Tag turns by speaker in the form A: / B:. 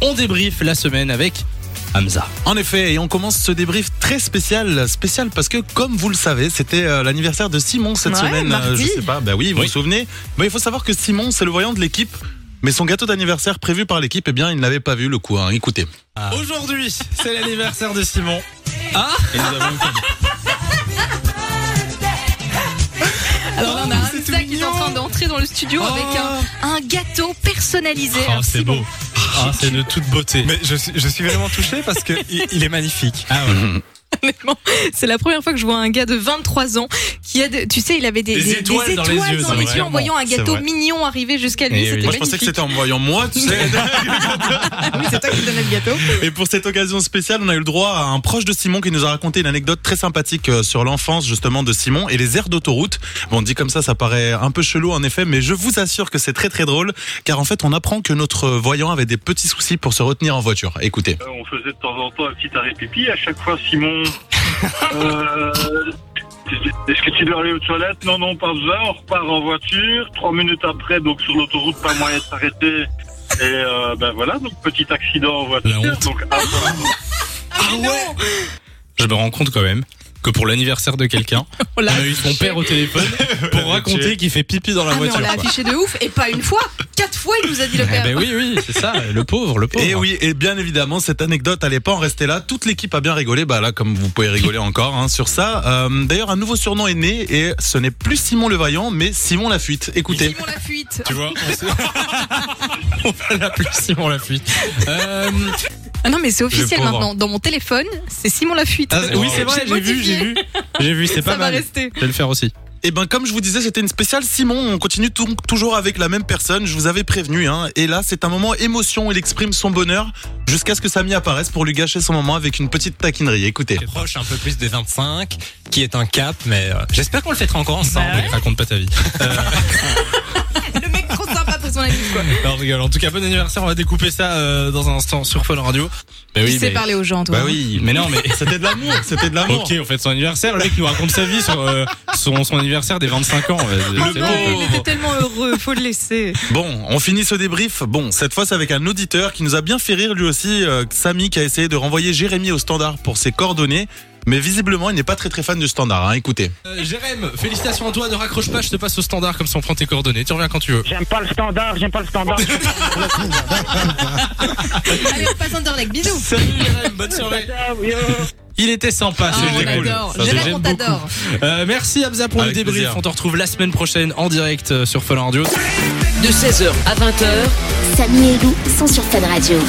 A: on débriefe la semaine avec Hamza.
B: En effet, et on commence ce débrief très spécial, spécial parce que comme vous le savez, c'était euh, l'anniversaire de Simon cette
C: Ouais,
B: semaine.
C: mardi.
B: Euh, Je sais pas, bah oui, vous
A: Oui.
B: vous souvenez. Bah, il faut savoir que Simon, c'est le voyant de l'équipe. Mais son gâteau d'anniversaire prévu par l'équipe, eh bien, il n'avait pas vu le coup. hein. Écoutez.
A: Aujourd'hui, c'est l'anniversaire de Simon.
C: Alors là, on a
B: c'est
C: Hamza
B: tout
C: qui est en
B: mignon.
C: train d'entrer dans le studio avec un, un gâteau personnalisé.
A: Oh,
C: Alors,
A: c'est
C: Simon,
A: beau. Ah, c'est de toute beauté.
D: Mais je suis, je suis vraiment touché parce que il, il est magnifique.
A: Ah
C: Mhm.
A: ouais.
C: honnêtement, c'est la première fois que je vois un gars de 23 ans qui a, de- tu sais, il avait des,
A: Des étoiles dans les yeux,
C: dans les
A: c'est vrai.
C: yeux en voyant un
D: C'est
C: gâteau
D: vrai.
C: mignon arriver jusqu'à lui.
A: Et oui.
C: C'était
B: Moi, je pensais que
C: magnifique.
B: c'était en me voyant moi, tu sais.
C: Oui, c'est toi qui donnais le gâteau.
B: Et pour cette occasion spéciale, on a eu le droit à un proche de Simon qui nous a raconté une anecdote très sympathique euh, sur l'enfance justement de Simon et les aires d'autoroute. Bon, dit comme ça, ça paraît un peu chelou en effet, mais je vous assure que c'est très très drôle, car en fait, on apprend que notre voyant avait des petits soucis pour se retenir en voiture. Écoutez.
E: Euh, on faisait de temps en temps un petit arrêt pipi. À chaque fois, Simon. euh, Est-ce que tu dois aller aux toilettes Non, non, pas besoin. On repart en voiture. Trois minutes après, donc sur l'autoroute, pas moyen de s'arrêter. Et euh, ben voilà, donc petit accident en voiture.
A: La honte.
E: Donc, avant-
A: Je me rends compte quand même que pour l'anniversaire de quelqu'un,
C: On
A: on
C: l'a
A: a eu son père au téléphone pour raconter qu'il fait pipi dans la
C: Ah, mais on
A: voiture.
C: l'a
A: quoi.
C: affiché de ouf. Et pas une fois, quatre fois, il nous a dit le
A: Eh
C: père.
A: ben oui, oui, c'est ça, le pauvre, le
D: Eh
A: pauvre.
B: Et oui, et bien évidemment, cette anecdote allait pas en rester là. Toute l'équipe a bien rigolé, bah là, comme vous pouvez rigoler encore hein, sur ça. Euh, D'ailleurs, un nouveau surnom est né et ce n'est plus Simon le Voyant, mais Simon la Fuite. Écoutez.
C: Simon la fuite.
A: Tu vois, on, sait... on va l'appeler Simon la fuite. Euh,
C: Ah non, mais c'est officiel
A: pauvre.
C: maintenant. Dans mon téléphone, c'est Simon la fuite.
A: ah, oui, c'est
C: J'ai
A: vrai, j'ai vu,
C: modifié.
A: j'ai vu. J'ai vu, c'est
C: Ça
A: pas
C: va
A: mal.
C: rester.
A: Je vais le faire aussi.
B: Et ben comme je vous disais, c'était une spéciale Simon. On continue tou- toujours avec la même personne. Je vous avais prévenu. Hein. Et là, c'est un moment émotion. Il exprime son bonheur jusqu'à ce que Samy apparaisse pour lui gâcher son moment avec une petite taquinerie. Écoutez.
D: Proche un peu plus des 25, qui est un cap, mais euh, j'espère qu'on le fêtera
C: Bah
D: encore ensemble.
A: Mais Raconte pas ta vie.
C: Le mec trop sympa pour son ami, quoi.
A: Non, je rigole. En tout cas, bon anniversaire. On va découper ça euh, dans un instant sur Fun Radio. Bah
C: tu sais parler aux gens, toi.
A: Bah oui, mais non, mais.
B: C'était de l'amour. C'était de l'amour.
A: Ok, on fait son anniversaire. Le mec nous raconte sa vie sur euh, son, son anniversaire des 25 ans. Euh,
C: Oh
A: c'est
C: non,
A: bon.
C: il était tellement heureux, faut le laisser.
B: Bon, on finit ce débrief. Bon, cette fois, c'est avec un auditeur qui nous a bien fait rire lui aussi. euh, Samy qui a essayé de renvoyer Jérémy au standard pour ses coordonnées. Mais visiblement, il n'est pas très très fan du standard. Hein. Écoutez.
A: Euh, Jérém, félicitations à toi. Ne raccroche pas, je te passe au standard comme ça on prend tes coordonnées. Tu reviens quand tu veux.
F: J'aime pas le standard, j'aime pas le standard.
C: Allez, on passe en direct, bisous.
A: Salut Jérém, bonne soirée. Il était sympa,
C: Ah,
A: c'est
C: on
A: cool.
C: adore.
A: Ça, c'est-
C: Jérôme,
A: j'aime
C: on
A: beaucoup.
C: t'adore.
A: Euh, merci Hamza pour
B: Avec
A: le débrief.
B: plaisir.
A: On te retrouve la semaine prochaine en direct euh, sur Fun Radio.
G: De 16h à 20h,
H: Samy et Lou sont sur Fan Radio.